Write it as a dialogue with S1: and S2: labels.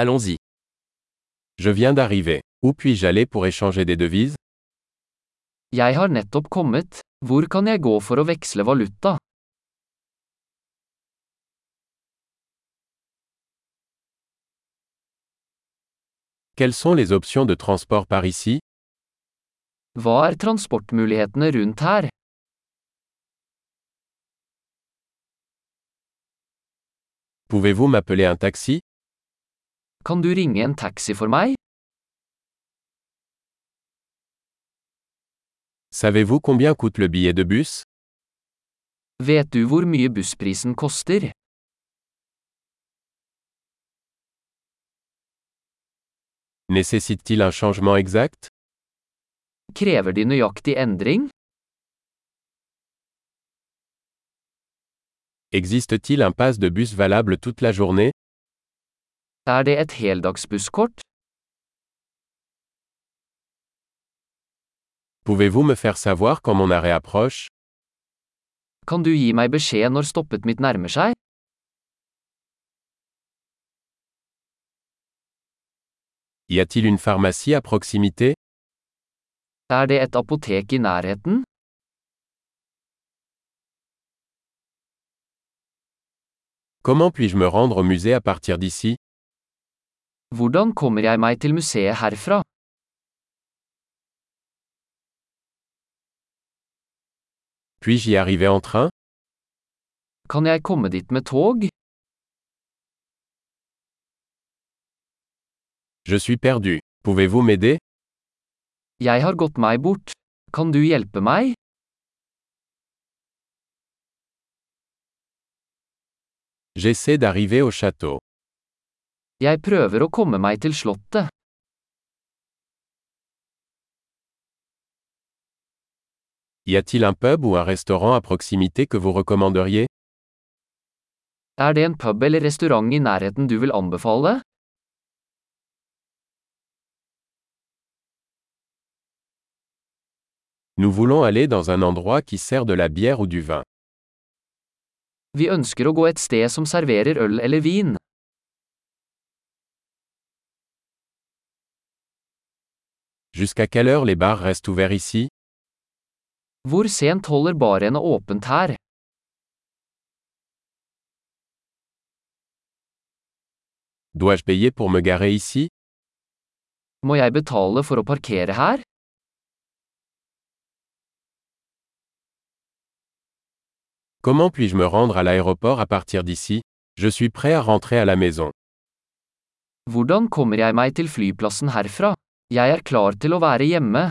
S1: Allons-y. Je viens d'arriver. Où puis-je aller pour échanger des devises
S2: Jeg har nettopp kommet. Hvor kan jeg gå for å veksle valuta?
S1: Quelles sont les options de transport par ici
S2: Hva er transportmulighetene rundt her?
S1: Pouvez-vous m'appeler un taxi
S2: Kan du ringe en taxi for meg?
S1: Savez-vous combien coûte le billet de bus
S2: Vet du hvor mye bussprisen koster?
S1: Nécessite-t-il un changement exact
S2: Krever de nøyaktig endring?
S1: Existe-t-il un pass de bus valable toute la journée
S2: Er det et heldagsbusskort?
S1: Pouvez-vous me faire savoir quand mon arrêt approche
S2: Kan du gi meg beskjed når stoppet mitt nærmer seg?
S1: Y a-t-il une pharmacie à proximité
S2: Er det et apotek i nærheten?
S1: Comment puis-je me rendre au musée à partir d'ici
S2: Hvordan kommer jeg meg til museet herfra?
S1: Puis-je y arriver en train
S2: Kan jeg komme dit med tog?
S1: Je suis perdu. Pouvez-vous m'aider
S2: Jeg har gått meg bort. Kan du hjelpe meg?
S1: J'essaie d'arriver au château.
S2: Jeg prøver å komme meg til slottet.
S1: Y a-t-il un pub ou un restaurant à proximité que vous recommanderiez
S2: Er det en pub eller restaurant i nærheten du vil anbefale?
S1: Nous voulons aller dans un endroit qui sert de la bière ou du vin.
S2: Vi ønsker å gå et sted som serverer øl eller vin.
S1: Jusqu'à quelle heure les bars restent ouverts ici
S2: Hvor sent holder barene åpent her?
S1: Dois-je payer pour me garer ici
S2: Må jeg betale for å parkere her?
S1: Comment puis-je me rendre à l'aéroport à partir d'ici Je suis prêt à rentrer à la maison.
S2: Hvordan kommer jeg meg til flyplassen herfra? Jeg er klar til å være hjemme.